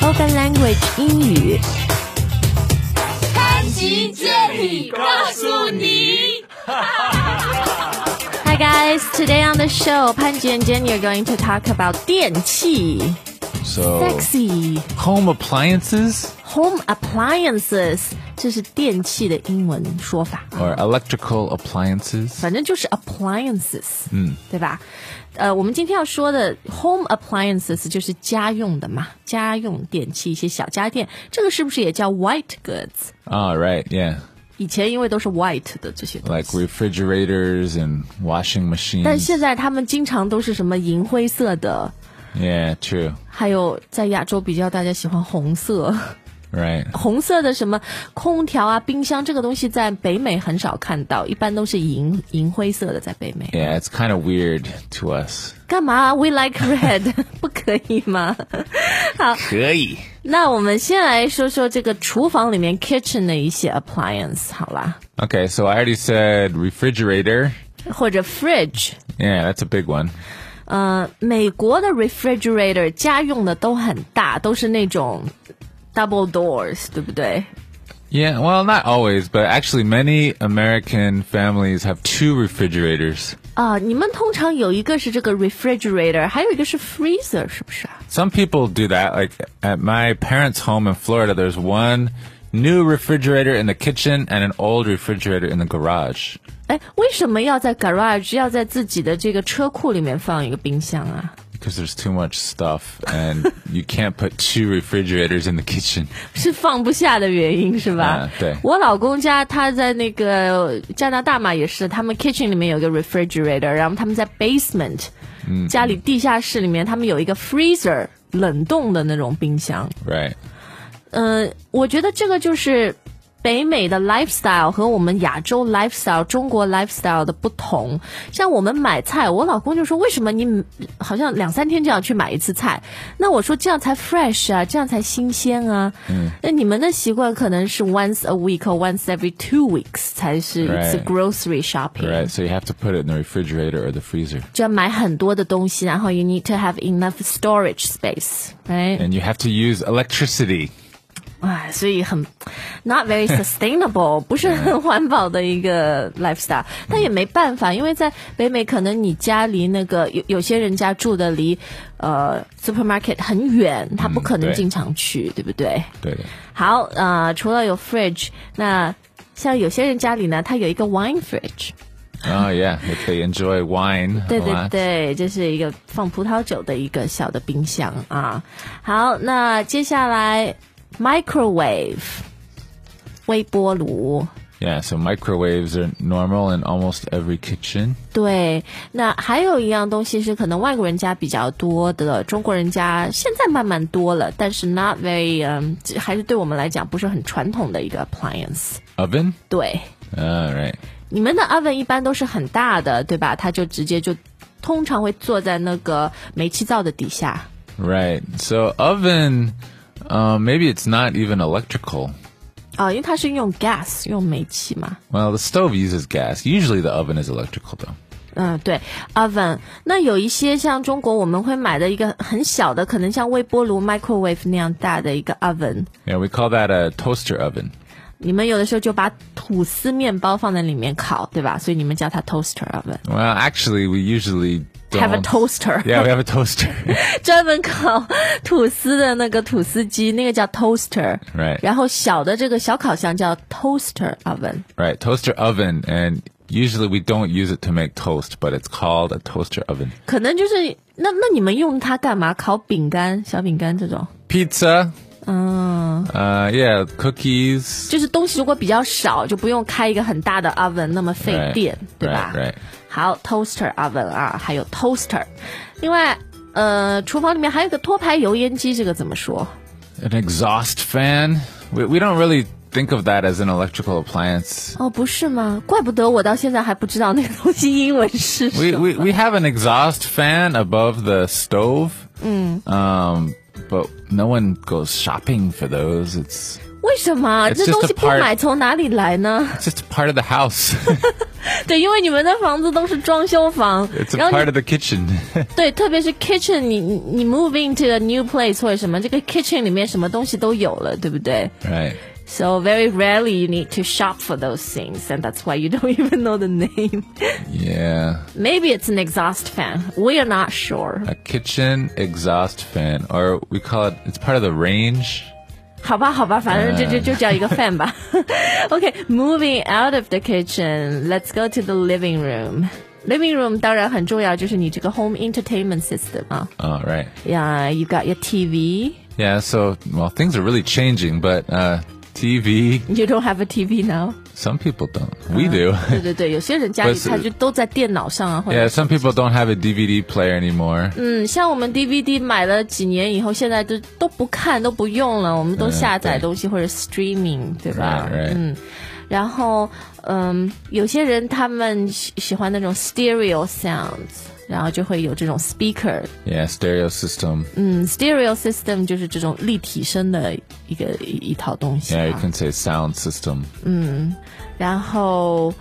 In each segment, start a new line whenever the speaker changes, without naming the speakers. Spoken Language 英语。
潘吉建议告诉你。
Hi guys, today on the show, Panji and Jenny are going to talk about 电器
，so
，sexy
home appliances
home appliances，这是电器的英文说法啊。
or electrical appliances，
反正就是 appliances，嗯，对吧？呃，我们今天要说的 home appliances 就是家用的嘛，家用电器，一些小家电，这个是不是也叫 white goods？
all Oh, right, yeah,
以前因为都是 white 的这些东
like
西。
refrigerators and washing
但
machines.
现在他们经常都是什么银灰色的，
Yeah, true.
还有在亚洲比较大家喜欢红色，
Right.
红色的什么空调啊、冰箱这个东西在北美很少看到，一般都是银银灰色的在北美。
Yeah, it's kind of weird to us.
干嘛？We like red，不可以吗？ 好，
可以。
那我们先来说说这个厨房里面 kitchen 的一些 appliance 好啦，
Okay, so I already said refrigerator.
或者 fridge。
Yeah, that's a big one.
呃，美国的 refrigerator 家用的都很大，都是那种 double doors，对不对？
Yeah, well, not always, but actually, many American families have two refrigerators.
啊、你们通常有一个是这个 refrigerator，还有一个是 freezer，是不是啊？
Some people do that. Like at my parents' home in Florida, there's one new refrigerator in the kitchen and an old refrigerator in the garage.
哎，为什么要在 garage 要在自己的这个车库里面放一个冰箱啊？
Because there's too much stuff, and you can't put two refrigerators in the kitchen.
是放不下的原因是吧？
啊对
我老公家他在那个加拿大嘛，也是他们 kitchen 里面有个 refrigerator，然后他们在 basement，、家里地下室里面他们有一个 freezer 冷冻的那种冰箱。
Right.
嗯，我觉得这个就是北美的 lifestyle 和我们亚洲 lifestyle、中国 lifestyle 的不同。像我们买菜，我老公就说：“为什么你好像两三天就要去买一次菜？”那我说：“这样才 fresh 啊，这样才新鲜啊。”嗯，那你们的习惯可能是 once a week or once every two weeks 才是一次
Right.
grocery shopping。
Right. So you have to put it in the refrigerator or the freezer,
就要买很多的东西，然后 you need to have enough storage space，right？
and you have to use electricity.
哎，所以很 not very sustainable，不是很环保的一个 lifestyle，但也没办法，因为在北美，可能你家离那个有有些人家住的离呃 supermarket 很远，他不可能
对
经常去，对不对？
对的。
好，呃，除了有 fridge，那像有些人家里呢，他有一个 wine fridge，
Oh yeah, if they enjoy wine
对
a
对
lot.
对，这是一个放葡萄酒的一个小的冰箱啊。好，那接下来 microwave 微波炉。
Yeah. So microwaves are normal in almost every kitchen.
对，那还有一样东西是可能外国人家比较多的，中国人家现在慢慢多了，但是 not very 嗯，这还是对我们来讲不是很传统的一个 appliance。
Oven.
对，
All right.
你们的 oven 一般都是很大的，对吧？它就直接就通常会坐在那个煤气灶的底下。
Right. So oven, um, maybe it's not even electrical.
啊，因为它是用 gas 用煤气嘛，
Well, the stove uses gas. Usually the oven is electrical though.
嗯，对，oven。那有一些像中国我们会买的一个很小的，可能像微波炉 microwave 那样大的一个 oven，
Yeah, we call that a toaster oven.
你们有的时候就把吐司面包放在里面烤，对吧？所以你们叫它 toaster oven。
Well, actually, we usually don't
Have a toaster，、
啊 Yeah, we have a toaster.
专门烤吐司的那个吐司机，那个叫 toaster。
Right
然后小的这个小烤箱叫 toaster oven。
right, toaster oven, and usually we don't use it to make toast, but it's called a toaster oven.
可能就是那那你们用它干嘛？烤饼干、小饼干这种。
Pizza.
Oh.
Uh, yeah, cookies.
就是东西如果比较少，就不用开一个很大的 oven 那么费
Right,
电对
right,
吧
right.
好，toaster oven 啊，还有 toaster。另外，呃，厨房里面还有个托盘油烟机，这个怎么说？
An exhaust fan. We, we don't really think of that as an electrical appliance.
哦，不是吗？怪不得我到现在还不知道那个东西英文是什
We,
么。
we, we have an exhaust fan above the stove. Um, but no one goes shopping for those. It's
为什么
It's
这
just
东西
a
不
part-
买从哪里来呢？
It's just part of the house.
对，因为你们的房子都是装修房
It's，a
然后
part
你
of the kitchen.
对，特别是 kitchen，你你你 move into a new place 或者什么，这个 kitchen 里面什么东西都有了，对不对
right.
？So very rarely you need to shop for those things, and that's why you don't even know the name.
Yeah.
Maybe it's an exhaust fan. We are not sure.
A kitchen exhaust fan, or we call it, it's part of the range.
好吧，好吧，反正就就就叫一个 fan 吧。OK，moving、out of the kitchen，let's go to the living room。Living room 当然很重要，就是你这个 home entertainment system 啊。
Oh, right.
Yeah，you got your TV，you
Yeah, so, well, things are really changing, but uh, TV,
don't have a TV now。
some people don't. We do.
对对对，有些人家里
不是
他就都在电脑上啊，或者
yeah, some people don't have a DVD player anymore.
嗯，像我们 DVD 买了几年以后，现在都都不看都不用了，我们都下载
嗯对
东西或者 streaming，对吧？
Right, right.
嗯，然后嗯，有些人他们喜喜欢那种 stereo sounds，然后就会有这种 speaker，
Yeah, stereo system.
嗯，stereo system 就是这种立体声的一个一一套东西、啊。
Yeah, you can say sound system.
然后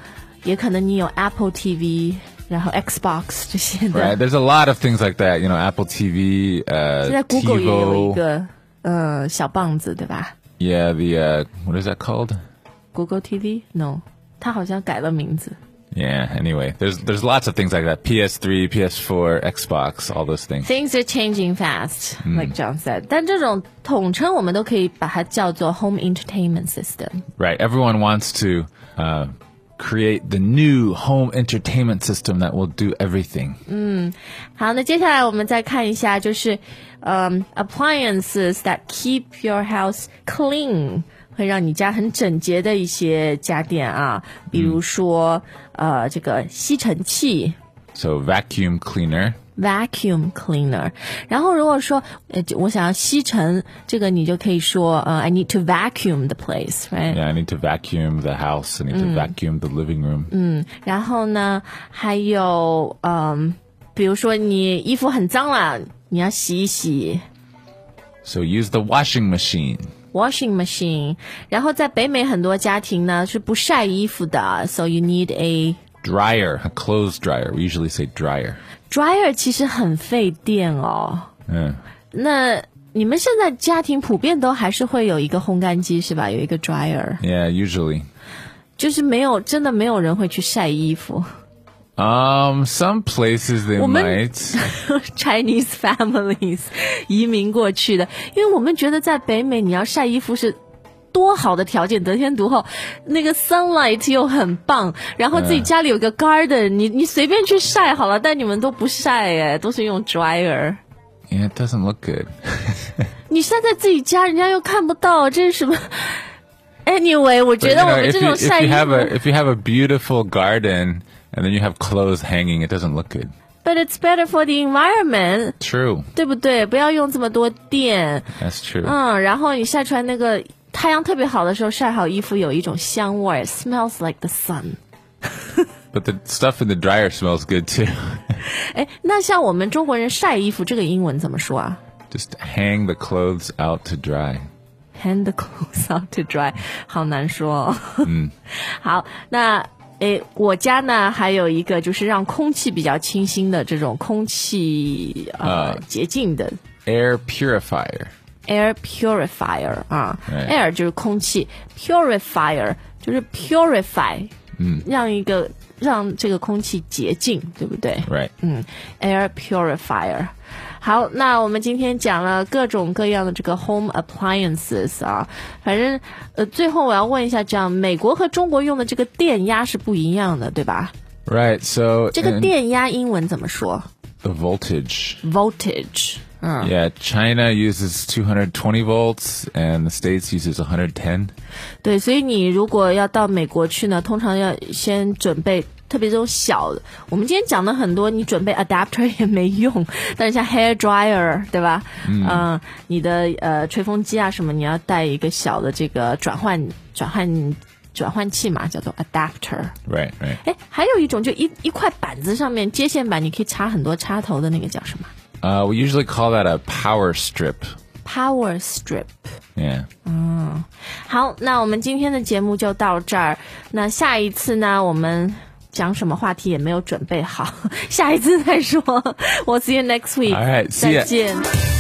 也可能你有 Apple TV，然后 Xbox 这些的。
Right. There's a lot of things like that. You know, Apple TV, uh,
现在 Google 也有一
TiVo.
个呃小棒子，对吧
Yeah, the uh, what is that called?
？Google TV？No，它好像改了名字。
Yeah. Anyway, there's there's lots of things like that. PS3, PS4, Xbox, all those things.
Things are changing fast, like John said、但这种统称我们都可以把它叫做 home entertainment system。
Right. Everyone wants to uh, create the new home entertainment system that will do everything.
好，那接下来我们再看一下，就是嗯、appliances that keep your house clean，会让你家很整洁的一些家电啊，比如说、呃这个吸尘器。
So vacuum cleaner.
vacuum cleaner。然后如果说呃就我想要吸尘，这个你就可以说呃、I need to vacuum the place，right？、
Yeah, I need to vacuum the house. I need to vacuum the living room.
然后呢，还有嗯，比如说你衣服很脏了，你要洗一洗。
So use the washing machine.
Washing machine，然后在北美很多家庭呢是不晒衣服的，so you need a
Dryer, a clothes dryer. We usually say dryer.
dryer，其实很费电哦。
Yeah.
那你们现在家庭普遍都还是会有一个烘干机是吧？有一个 dryer。
Yeah, usually.
就是没有，真的没有人会去晒衣服。
Um, some places they
Woman-
might.
Chinese families 移民过去的，因为我们觉得在北美你要晒衣服是。多好的条件，得天独厚，那个 sunlight 又很棒，然后自
嗯
己家里有个 garden，、你你随便去晒好了，但你们都不晒哎，都是用 dryer。
Yeah, it doesn't look good.
你晒在自己家，人家又看不到，这是什么？Anyway，我
But,
觉得
you
我
know,
们
if,
这
you,
种
if
晒
you
衣
have
服
a if you have a beautiful garden and then you have clothes hanging, it doesn't look good.
，but it's better for the environment，
True,
对不对？不要用这么多电。
that's true.
嗯，然后你晒出来那个太阳特别好的时候，晒好衣服有一种香味儿，it，smells like the sun。
But the stuff in the dryer smells good too.
哎，那像我们中国人晒衣服，这个英文怎么说啊
Just hang the clothes out to dry.
？Hand the clothes out to dry，好难说、哦。嗯， 好，那。诶，我家呢还有一个就是让空气比较清新的这种空气呃
啊
洁净的
Air purifier.
air purifier 啊、
哎
a i r 就是空气，purifier 就是 purify，嗯，让一个让这个空气洁净，对不对？
Right.
嗯，air purifier。好，那我们今天讲了各种各样的这个 home appliances 啊，反正呃，最后我要问一下，这样美国和中国用的这个电压是不一样的，对吧？
Right. So
这个
in
电压英文怎么说
the voltage.
？voltage。嗯，
Yeah, China uses 220 volts and the states uses 110.
对，所以你如果要到美国去呢，通常要先准备。特别这种小的，我们今天讲的很多，你准备 adapter 也没用，但是像 hair dryer 对吧？嗯、你的呃吹风机啊什么，你要带一个小的这个转换转换转换器嘛，叫做 adapter。
Right, right.
哎，还有一种就一一块板子上面接线板，你可以插很多插头的那个叫什么
Uh, we usually call that a power strip.
power strip。
Yeah.
好，那我们今天的节目就到这儿。那下一次呢，我们讲什么话题 也没有准备好，下一次再说。我 see you next week。
All right, see ya.
再见。